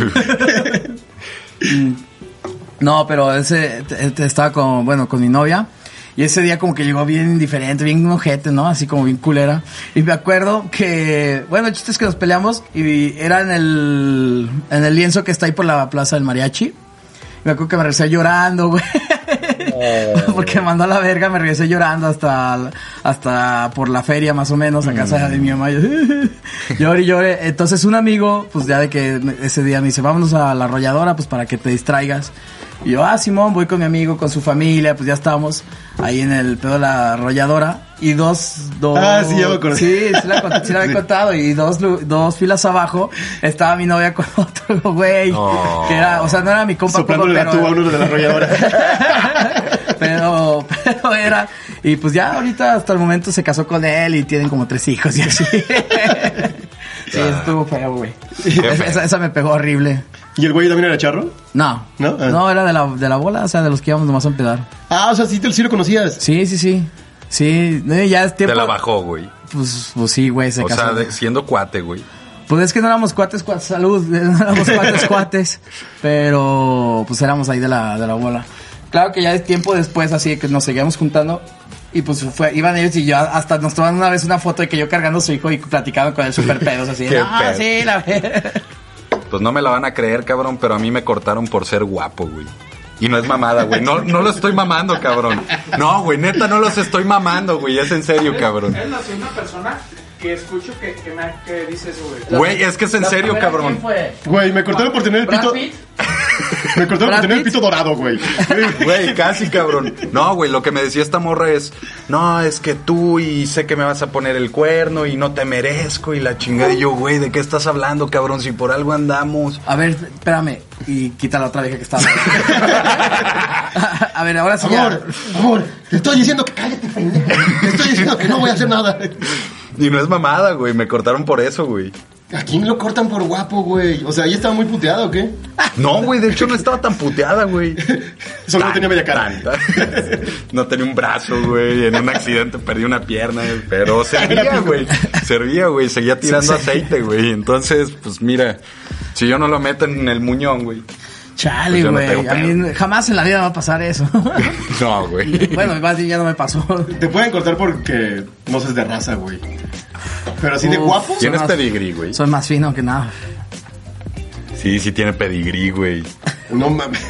Speaker 1: No, pero ese te- te- estaba con, bueno, con mi novia. Y ese día como que llegó bien indiferente, bien ojete, ¿no? Así como bien culera. Y me acuerdo que, bueno, el chiste es que nos peleamos y era en el, en el lienzo que está ahí por la plaza del mariachi. Y me acuerdo que me regresé llorando, güey.
Speaker 2: Eh.
Speaker 1: Porque me mandó a la verga, me regresé llorando hasta, hasta por la feria más o menos a casa de mi mamá. Yo, lloré, lloré. Entonces un amigo, pues ya de que me- ese día me dice, vámonos a la arrolladora, pues para que te distraigas. Y yo, ah, Simón, voy con mi amigo, con su familia, pues ya estamos ahí en el pedo de la arrolladora. Y dos, dos.
Speaker 2: Ah, sí, ya me acordé.
Speaker 1: Sí, sí la, conté, sí la había
Speaker 2: Sí.
Speaker 1: contado. Y dos, lu- dos filas abajo estaba mi novia con otro güey.
Speaker 3: No.
Speaker 1: Que era, o sea, no era mi compa.
Speaker 2: Soplándole
Speaker 1: compa,
Speaker 2: la
Speaker 1: pero-
Speaker 2: tuba a uno de la arrolladora.
Speaker 1: pero, pero era. Y pues ya ahorita hasta el momento se casó con él y tienen como tres hijos y así. Sí, estuvo feo, güey.
Speaker 3: Ah. Qué feo.
Speaker 1: Esa, esa me pegó horrible.
Speaker 2: ¿Y el güey también era charro?
Speaker 1: No.
Speaker 2: ¿No? Ah.
Speaker 1: No, era de la, de la bola, o sea, de los que íbamos nomás a empedar.
Speaker 2: Ah, o sea, sí, te, sí lo conocías.
Speaker 1: Sí, sí, sí. Sí, no, ya es tiempo.
Speaker 3: Te la bajó, güey.
Speaker 1: Pues, pues sí, güey, se
Speaker 3: O
Speaker 1: casó.
Speaker 3: sea, de- siendo cuate, güey.
Speaker 1: Pues es que no éramos cuates, cuates, salud, no éramos cuates, cuates, pero pues éramos ahí de la, de la bola. Claro que ya es tiempo después, así que nos seguíamos juntando y pues fue, iban ellos y yo hasta nos tomaron una vez una foto de que yo cargando a su hijo y platicando con él super pedos, así.
Speaker 3: Qué
Speaker 1: ah,
Speaker 3: pedo.
Speaker 1: sí, la ver-".
Speaker 3: Pues no me la van a creer, cabrón, pero a mí me cortaron por ser guapo, güey. Y no es mamada, güey. No, no lo estoy mamando, cabrón. No, güey, neta, no los estoy mamando, güey. Es en serio, cabrón.
Speaker 4: Es la segunda persona que escucho que, que, me, que dice eso, güey.
Speaker 3: Güey, es que es en
Speaker 1: La
Speaker 3: serio,
Speaker 1: primera, ¿quién
Speaker 3: cabrón.
Speaker 1: fue?
Speaker 2: Güey, me cortaron por tener el
Speaker 1: ¿Brad
Speaker 2: pito.
Speaker 1: Pitt?
Speaker 2: Me cortaron por
Speaker 1: ¿Brad
Speaker 2: tener el
Speaker 1: Pitt?
Speaker 2: pito dorado, güey.
Speaker 3: Güey, casi cabrón. No, güey, lo que me decía esta morra es, no, es que tú y sé que me vas a poner el cuerno y no te merezco y la chingada. Y yo, güey, ¿de qué estás hablando, cabrón? Si por algo andamos.
Speaker 1: A ver, espérame y quita la otra vieja que estaba. a ver, ahora sí ya.
Speaker 2: Amor, amor, te estoy diciendo que cállate, pendejo. Te estoy diciendo que no voy a hacer nada.
Speaker 3: Y no es mamada, güey, me cortaron por eso, güey.
Speaker 2: ¿A quién lo cortan por guapo, güey? O sea, ¿ahí estaba muy puteado o qué?
Speaker 3: No, güey, de hecho no estaba tan puteada, güey.
Speaker 2: Solo no
Speaker 3: Tan,
Speaker 2: tenía media cara.
Speaker 3: tan, tan. No tenía un brazo, güey. En un accidente perdí una pierna, pero servía, güey. Servía, güey. Seguía tirando aceite, güey. Entonces, pues mira, si yo no lo meto en el muñón, güey. Pues
Speaker 1: Chale,
Speaker 3: yo no
Speaker 1: güey.
Speaker 3: tengo
Speaker 1: a mí jamás en la vida me va a pasar eso.
Speaker 3: No, güey.
Speaker 1: bueno, más bien ya no me pasó.
Speaker 2: Te pueden cortar porque no seas de raza, güey. Pero así de
Speaker 1: Uf.
Speaker 2: guapo.
Speaker 3: Tienes
Speaker 1: más-
Speaker 3: pedigrí, güey.
Speaker 1: Soy más fino que nada.
Speaker 3: Sí, sí tiene pedigrí, güey.
Speaker 2: No mames.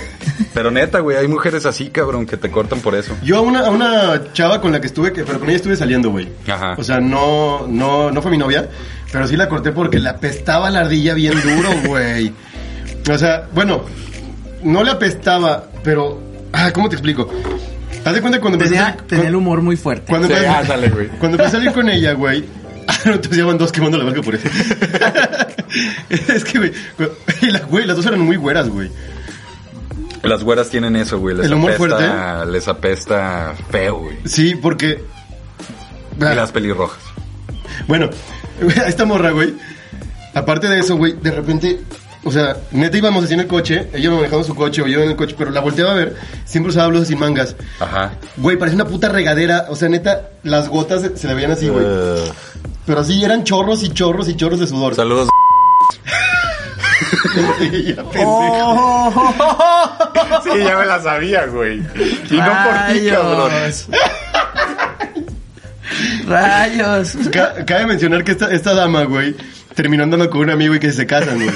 Speaker 3: Pero neta, güey, hay mujeres así, cabrón, que te cortan por eso.
Speaker 2: Yo a una, a una chava con la que estuve, que, pero con ella estuve saliendo, güey.
Speaker 3: Ajá.
Speaker 2: O sea, no, no, no fue mi novia, pero sí la corté porque la apestaba la ardilla bien duro, güey. O sea, bueno, no le apestaba, pero. Ah, ¿cómo te explico? Haz de cuenta cuando empecé
Speaker 1: Tenía,
Speaker 2: a salir-
Speaker 1: tenía el
Speaker 2: cu-
Speaker 1: humor muy fuerte.
Speaker 2: cuando,
Speaker 3: Sí, ah,
Speaker 2: empecé-
Speaker 3: ándale, güey.
Speaker 2: cuando empecé a salir con ella, güey. Ah, no, entonces ya van dos quemando la verga por eso. es que, güey. Y la- güey, las dos eran muy güeras, güey.
Speaker 3: Las güeras tienen eso, güey. Les
Speaker 2: El humor
Speaker 3: apesta,
Speaker 2: fuerte.
Speaker 3: Les apesta feo, güey.
Speaker 2: Sí, porque.
Speaker 3: Y las pelirrojas.
Speaker 2: Bueno, a esta morra, güey. Aparte de eso, güey, de repente, o sea, neta íbamos así en el coche, ella me manejando su coche o yo en el coche, pero la volteaba a ver, siempre usaba blusas sin mangas.
Speaker 3: Ajá.
Speaker 2: Güey, parecía una puta regadera, o sea, neta, las gotas se, se le veían así, güey.
Speaker 3: Eh,
Speaker 2: Pero así eran chorros y chorros y chorros de sudor.
Speaker 3: saludos.
Speaker 2: Y ya, pendejo.
Speaker 1: Oh,
Speaker 3: Sí, ya me la sabía, güey. Y no por ti, cabrón.
Speaker 1: Rayos. Rayos.
Speaker 2: Ca- cabe mencionar que esta, esta dama, güey, terminó andando con un amigo y que se casan, güey.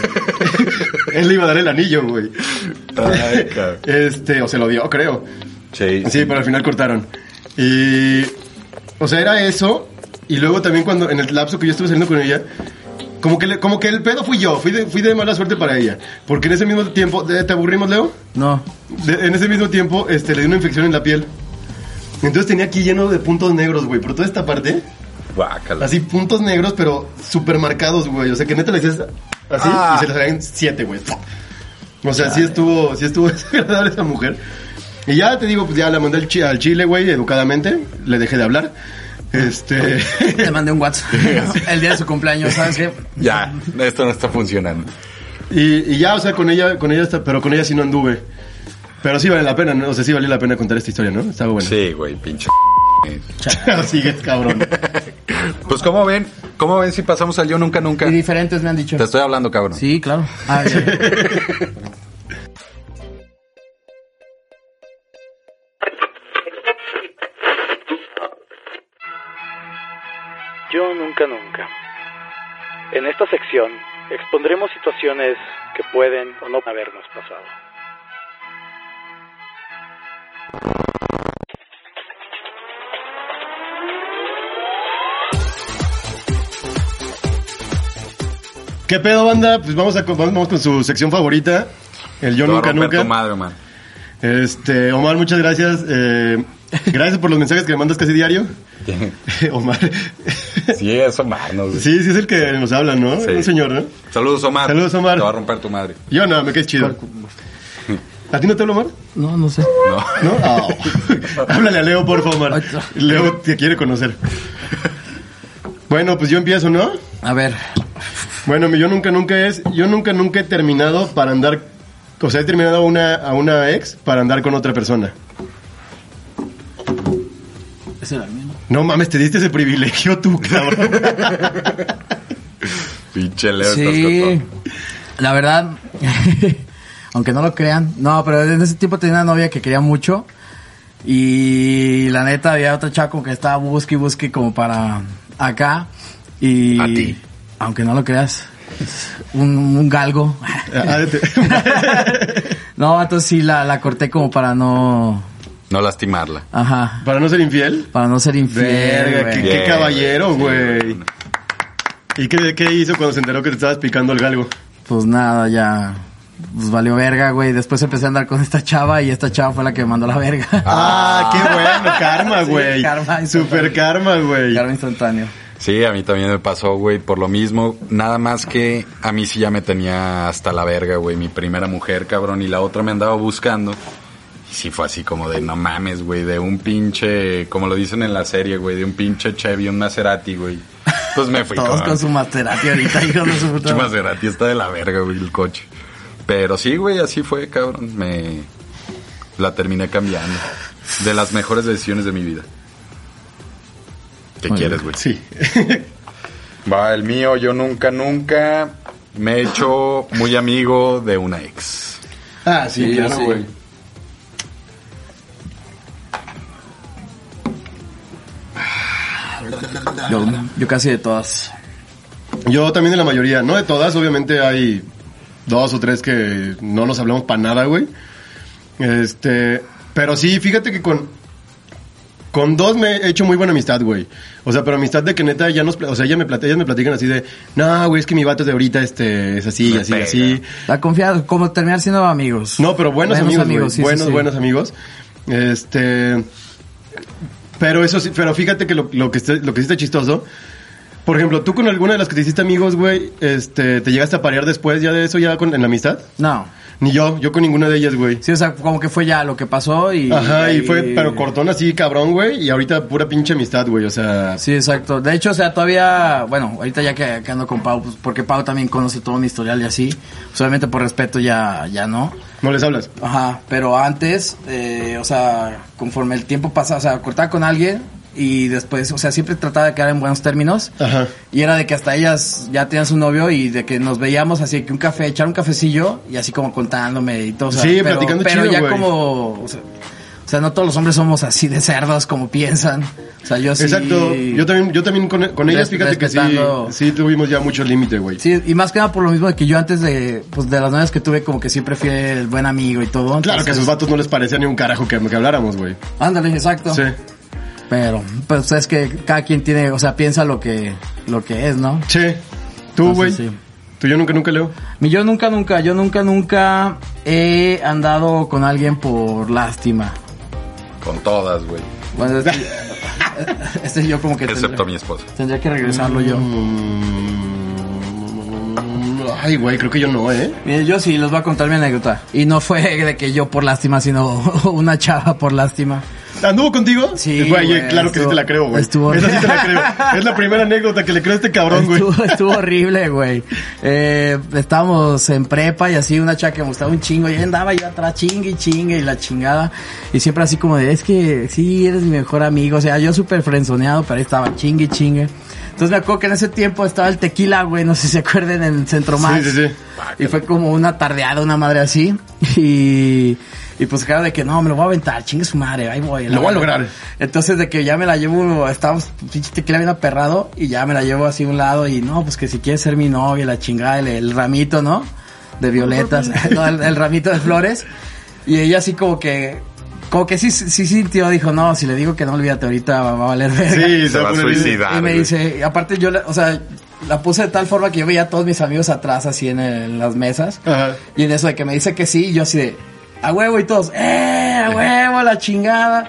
Speaker 2: Él le iba a dar el anillo, güey.
Speaker 3: Ay, cabrón.
Speaker 2: Este, o se lo dio, creo.
Speaker 3: Sí,
Speaker 2: Sí, pero al final cortaron. Y. O sea, era eso. Y luego también cuando, en el lapso que yo estuve saliendo con ella, como que, le- como que el pedo fui yo, fui de, fui de mala suerte para ella. Porque en ese mismo tiempo, ¿te te aburrimos, Leo?
Speaker 1: No.
Speaker 2: De- en ese mismo tiempo, este, le dio una infección en la piel. Entonces tenía aquí lleno de puntos negros, güey, por toda esta parte.
Speaker 3: guácala.
Speaker 2: Así, puntos negros, pero súper marcados, güey. O sea, que neta le hacías así
Speaker 3: Ah.
Speaker 2: y se le salían siete, güey. O sea, sí estuvo, sí estuvo desagradable esa mujer. Y ya te digo, pues ya la mandé al, chi- al Chile, güey, educadamente. Le dejé de hablar. Este.
Speaker 1: Te mandé un WhatsApp. El día de su cumpleaños, ¿sabes qué?
Speaker 3: Ya, esto no está funcionando.
Speaker 2: Y, y ya, o sea, con ella, con ella, está- pero con ella sí no anduve. Pero sí vale la pena, ¿no? O sea, sí valió la pena contar esta historia, ¿no? Estaba buena.
Speaker 3: Sí, güey, pinche.
Speaker 2: Sigues, cabrón.
Speaker 3: Pues, ¿cómo ven? ¿Cómo ven si pasamos al yo nunca, nunca?
Speaker 1: Y diferentes me han dicho.
Speaker 3: Te estoy hablando, cabrón.
Speaker 1: Sí, claro. Ah, ya, ya.
Speaker 5: Yo nunca nunca. En esta sección expondremos situaciones que pueden o no habernos pasado.
Speaker 2: ¿Qué pedo, banda? Pues vamos, a, con- vamos con su sección favorita. El yo
Speaker 3: Te voy a
Speaker 2: nunca,
Speaker 3: romper
Speaker 2: nunca.
Speaker 3: tu madre, man.
Speaker 2: Este, Omar, muchas gracias. Eh, gracias por los mensajes que me mandas casi diario. Omar.
Speaker 3: Sí, eso, mano. güey.
Speaker 2: sí, sí es el que nos habla, ¿no?
Speaker 3: Sí.
Speaker 2: Es un señor, ¿no?
Speaker 3: Saludos, Omar.
Speaker 2: Saludos, Omar.
Speaker 3: Te va a romper tu madre.
Speaker 2: Yo no, me caes chido. ¿A ti no te habla Omar?
Speaker 1: No, no sé.
Speaker 3: No.
Speaker 2: ¿No? Ah. Háblale a Leo, por favor, Omar. Leo te quiere conocer. Bueno, pues yo empiezo, ¿no?
Speaker 1: A ver.
Speaker 2: Bueno, mi yo nunca, nunca es. Yo nunca, nunca he terminado para andar. O sea, he terminado a una, a una ex para andar con otra persona.
Speaker 1: Ese era el mío.
Speaker 2: No mames, te diste ese privilegio tú, cabrón.
Speaker 3: Pinche Leo,
Speaker 1: Sí.
Speaker 3: estás loco.
Speaker 1: La verdad, aunque no lo crean, no, pero en ese tiempo tenía una novia que quería mucho. Y la neta, había otro chaco que estaba busque y busque como para acá. Y.
Speaker 3: A ti.
Speaker 1: Aunque no lo creas, es un, un galgo.
Speaker 2: Ah, este. te-
Speaker 1: No, entonces sí la, la corté como para no.
Speaker 3: No lastimarla.
Speaker 1: Ajá.
Speaker 2: Para no ser infiel.
Speaker 1: Para no ser infiel.
Speaker 2: Verga,
Speaker 1: güey.
Speaker 2: qué, qué
Speaker 3: Bien,
Speaker 2: caballero,
Speaker 3: güey.
Speaker 2: güey. ¿Y qué, qué hizo cuando se enteró que te estabas picando el galgo?
Speaker 1: Pues nada, ya. Pues valió verga, güey. Después empecé a andar con esta chava y esta chava fue la que me mandó la verga.
Speaker 2: Ah, qué bueno, karma,
Speaker 1: Sí,
Speaker 2: güey.
Speaker 1: karma instantáneo.
Speaker 2: Super karma, güey.
Speaker 1: Cargo instantáneo.
Speaker 3: Sí, a mí también me pasó, güey, por lo mismo. Nada más que a mí sí ya me tenía hasta la verga, güey, mi primera mujer, cabrón, y la otra me andaba buscando. Y sí fue así como de, no mames, güey, de un pinche, como lo dicen en la serie, güey, de un pinche Chevy, un Maserati, güey. Pues me fui
Speaker 1: Todos con su Maserati ahorita, hijo de su puta
Speaker 3: Pinche
Speaker 1: madre.
Speaker 3: Maserati está de la verga, güey, el coche. Pero sí, güey, así fue, cabrón, me la terminé cambiando. De las mejores decisiones de mi vida. ¿Qué quieres, güey?
Speaker 2: Sí.
Speaker 3: Va, el mío, yo nunca, nunca me he hecho muy amigo de una ex.
Speaker 2: Ah, sí, claro,
Speaker 1: sí.
Speaker 2: güey.
Speaker 1: Yo, yo casi de todas.
Speaker 2: Yo también de la mayoría, no de todas, obviamente hay dos o tres que no nos hablamos para nada, güey. Este, pero sí, fíjate que con con dos me he hecho muy buena amistad, güey. O sea, pero amistad de que neta ya nos, pla- o sea, ella me platican, ellas me platican así de, "No, güey, es que mi vato de ahorita este es así,
Speaker 3: Me
Speaker 2: así,
Speaker 3: pega.
Speaker 2: así."
Speaker 1: La confianza, como terminar siendo amigos.
Speaker 2: No, pero buenos, amigos, güey.
Speaker 1: sí, sí,
Speaker 2: buenos,
Speaker 1: sí.
Speaker 2: buenos amigos. Este. Pero eso sí, pero fíjate que lo, lo que este- lo que hiciste chistoso. Por ejemplo, tú con alguna de las que te hiciste amigos, güey, este, te llegaste a parear después ya de eso, ya con, en la amistad.
Speaker 1: No.
Speaker 2: Ni yo, yo con ninguna de ellas, güey.
Speaker 1: Sí, o sea, como que fue ya lo que pasó y.
Speaker 2: Ajá, y fue, pero cortón así, cabrón, güey, y ahorita pura pinche amistad, güey, o sea.
Speaker 1: Sí, exacto. De hecho, o sea, todavía, bueno, ahorita ya que, que ando con Pau, pues, porque Pau también conoce todo mi historial y así, pues obviamente por respeto ya, ya no.
Speaker 2: No les hablas.
Speaker 1: Ajá, pero antes, eh, o sea, conforme el tiempo pasa, o sea, cortaba con alguien y después, o sea, siempre trataba de quedar en buenos términos.
Speaker 2: Ajá.
Speaker 1: Y era de que hasta ellas ya tenían su novio y de que nos veíamos así que un café, echar un cafecillo y así como contándome y todo. o sea,
Speaker 2: Sí,
Speaker 1: pero,
Speaker 2: platicando
Speaker 1: Pero
Speaker 2: chido,
Speaker 1: ya
Speaker 2: güey.
Speaker 1: como... O sea, o sea, no todos los hombres somos así de cerdos como piensan. O sea, yo sí...
Speaker 2: Exacto. Yo también, yo también con, con ellas,
Speaker 1: Res-
Speaker 2: fíjate que sí,
Speaker 1: respetando.
Speaker 2: sí tuvimos ya mucho límite, güey.
Speaker 1: Sí, y más que nada por lo mismo de que yo antes de, pues de las novias que tuve, como que siempre fui el buen amigo y todo.
Speaker 2: Claro que a
Speaker 1: entonces-
Speaker 2: sus vatos no les parecía ni un carajo que, que habláramos, güey.
Speaker 1: Ándale, exacto.
Speaker 2: Sí.
Speaker 1: Pero, pues es que cada quien tiene, o sea, piensa lo que, lo que es, ¿no?
Speaker 2: Che, tú, güey.
Speaker 1: Entonces, Ah, sí.
Speaker 2: Tú yo nunca, nunca leo.
Speaker 1: Mi Yo nunca, nunca, yo nunca, nunca he andado con alguien por lástima.
Speaker 3: Con todas, güey.
Speaker 1: Bueno, este, este yo como que
Speaker 3: Excepto mi
Speaker 1: tendría,
Speaker 3: esposa.
Speaker 1: tendría que regresarlo yo.
Speaker 2: Mm, Ay, güey, creo que yo no, ¿eh?
Speaker 1: Mire, yo sí les voy a contar mi anécdota. Y no fue de que yo por lástima, sino una chava por lástima.
Speaker 2: ¿Anduvo contigo?
Speaker 1: Sí,
Speaker 2: Güey,
Speaker 1: güey,
Speaker 2: claro que sí
Speaker 1: estuvo-
Speaker 2: te la creo, güey.
Speaker 1: estuvo-
Speaker 2: Esa sí te la creo. Es la primera anécdota que le creo a este cabrón, güey.
Speaker 1: Estuvo, estuvo horrible, güey. Eh, estábamos en prepa y así una chava que me gustaba un chingo. Y ella andaba yo atrás, chingue y chingue y la chingada. Y siempre así como de, es que sí, eres mi mejor amigo. O sea, yo súper frenzoneado, pero ahí estaba chingue y chingue. Entonces me acuerdo que en ese tiempo estaba el tequila, güey. No sé si se acuerdan en el Centro Max.
Speaker 2: Sí, sí, sí.
Speaker 1: Y fue como una tardeada, una madre así. Y, y pues claro de que no, me lo voy a aventar, chingue su madre, ahí voy.
Speaker 2: Lo voy a lograr.
Speaker 1: Entonces de que ya me la llevo, estábamos pinche tequila bien aperrado y ya me la llevo así a un lado y no, pues que si quieres ser mi novia, la chingada, el, el ramito, ¿no? De violetas, no, el, el ramito de flores. Y ella así como que, como que sí, sí sintió, dijo, no, si le digo que no, olvídate, ahorita va va a valer verga.
Speaker 2: Sí,
Speaker 3: Se va a
Speaker 2: poner bien.
Speaker 3: suicidar.
Speaker 1: Y me
Speaker 3: güey.
Speaker 1: dice, y aparte yo, la- o sea, la puse de tal forma que yo veía a todos mis amigos atrás así en, el- en las mesas.
Speaker 2: Ajá.
Speaker 1: Y en eso de que me dice que sí, y yo así de, a huevo y todos, eh, a huevo, la chingada.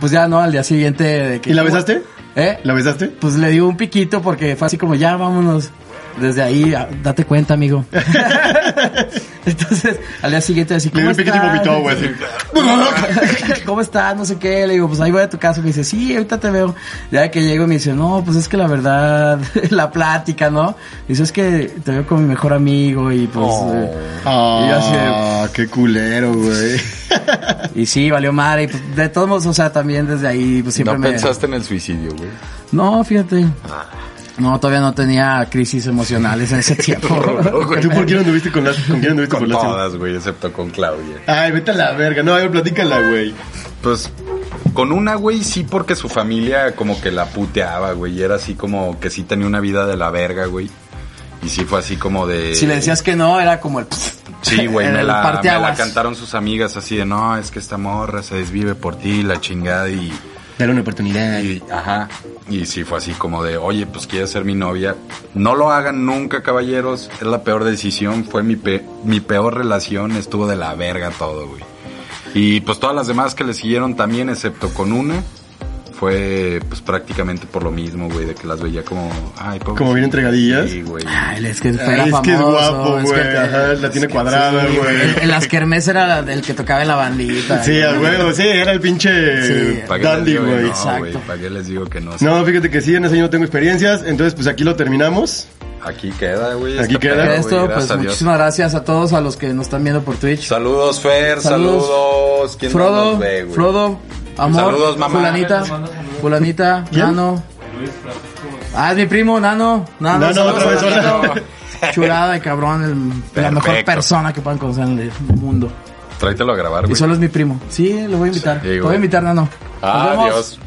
Speaker 1: Pues ya no, al día siguiente de que...
Speaker 2: ¿Y la besaste?
Speaker 1: ¿Eh?
Speaker 2: ¿La besaste?
Speaker 1: Pues le di un piquito porque fue así como, ya vámonos. Desde ahí, a- date cuenta, amigo. Entonces, al día siguiente así,
Speaker 2: Le
Speaker 1: ¿cómo
Speaker 2: dio un piquito y
Speaker 1: estás?"
Speaker 2: vomitó, güey. así.
Speaker 1: ¿Cómo estás? No sé qué. Le digo, pues ahí voy a tu casa. Me dice, sí, ahorita te veo. Ya que llego me dice, no, pues es que la verdad, la plática, ¿no? Dice, es que te veo con mi mejor amigo y pues...
Speaker 3: Oh.
Speaker 1: eh, Y yo así de-
Speaker 2: Ah, qué culero, güey.
Speaker 1: Y sí, valió madre. Y pues, de todos modos, o sea, también desde ahí pues, siempre
Speaker 3: no
Speaker 1: me...
Speaker 3: pensaste en el suicidio, güey.
Speaker 1: No, fíjate.
Speaker 3: Ah.
Speaker 1: No, todavía no tenía crisis emocionales en ese tiempo.
Speaker 2: ¿Tú por quién anduviste con las... ¿Con quién anduviste
Speaker 3: Con
Speaker 2: con las...
Speaker 3: todas, güey, excepto con Claudia.
Speaker 2: Ay, vete a la verga. No, a ver, platícala, güey.
Speaker 3: Pues con una, güey, sí, porque su familia como que la puteaba, güey. Y era así como que sí tenía una vida de la verga, güey. Y sí fue así como de...
Speaker 1: si le decías que no, era como el...
Speaker 3: Sí, güey, me,
Speaker 1: el
Speaker 3: la, me la
Speaker 1: parteaguas.
Speaker 3: cantaron sus amigas así de, no, es que esta morra se desvive por ti, la chingada y...
Speaker 2: Dale una oportunidad.
Speaker 3: y- ajá. Y sí fue así como de, oye, pues quieres ser mi novia. No lo hagan nunca, caballeros. Es la peor decisión. Fue mi, pe- mi peor relación. Estuvo de la verga todo, güey. Y pues todas las demás que le siguieron también, excepto con una. Fue pues prácticamente por lo mismo, güey, de que las veía como... Ay, pobrecita.
Speaker 2: Como bien entregadillas.
Speaker 3: Sí, güey.
Speaker 1: Ay, es que
Speaker 2: Ay,
Speaker 1: fuera
Speaker 2: es que es
Speaker 1: famoso,
Speaker 2: guapo,
Speaker 1: es que
Speaker 2: güey.
Speaker 1: te-
Speaker 2: Ajá, la tiene cuadrada,
Speaker 1: Sí,
Speaker 2: güey.
Speaker 1: En, en las kermés era la- el que tocaba en la bandita.
Speaker 2: Sí, a huevo, sí, era el pinche
Speaker 1: Sí.
Speaker 3: ¿Para qué les
Speaker 2: dandy,
Speaker 3: digo que no,
Speaker 2: güey.
Speaker 3: güey?
Speaker 1: Exacto.
Speaker 3: ¿Para qué les digo que no?
Speaker 2: No, fíjate que sí, en ese año no tengo experiencias, entonces pues aquí lo terminamos.
Speaker 3: Aquí queda, güey.
Speaker 2: Aquí
Speaker 3: este
Speaker 1: Pero
Speaker 3: pedo,
Speaker 2: queda.
Speaker 3: güey,
Speaker 1: esto,
Speaker 3: gracias
Speaker 1: pues
Speaker 3: a Dios.
Speaker 1: muchísimas gracias a todos a los que nos están viendo por Twitch.
Speaker 3: Saludos, Fer. Saludos.
Speaker 1: Saludos.
Speaker 3: ¿Quién no
Speaker 1: Frodo,
Speaker 3: nos ve, güey?
Speaker 1: Frodo, amor,
Speaker 3: Saludos, mamá.
Speaker 1: fulanita, fulanita, Nano. Ah, es mi primo, Nano. Nano,
Speaker 2: Nano,
Speaker 1: saludos a
Speaker 2: otra vez,
Speaker 1: Nano.
Speaker 3: hola.
Speaker 1: Chulada de cabrón, el- la mejor
Speaker 3: Perfecto.
Speaker 1: persona que puedan conocer en el mundo.
Speaker 3: Tráetelo a grabar,
Speaker 1: Y
Speaker 3: güey.
Speaker 1: solo es mi primo. Sí, lo voy a invitar.
Speaker 3: Sí,
Speaker 1: Te voy
Speaker 3: güey. Ah,
Speaker 1: a invitar, Nano. Nos vemos.
Speaker 3: Adiós.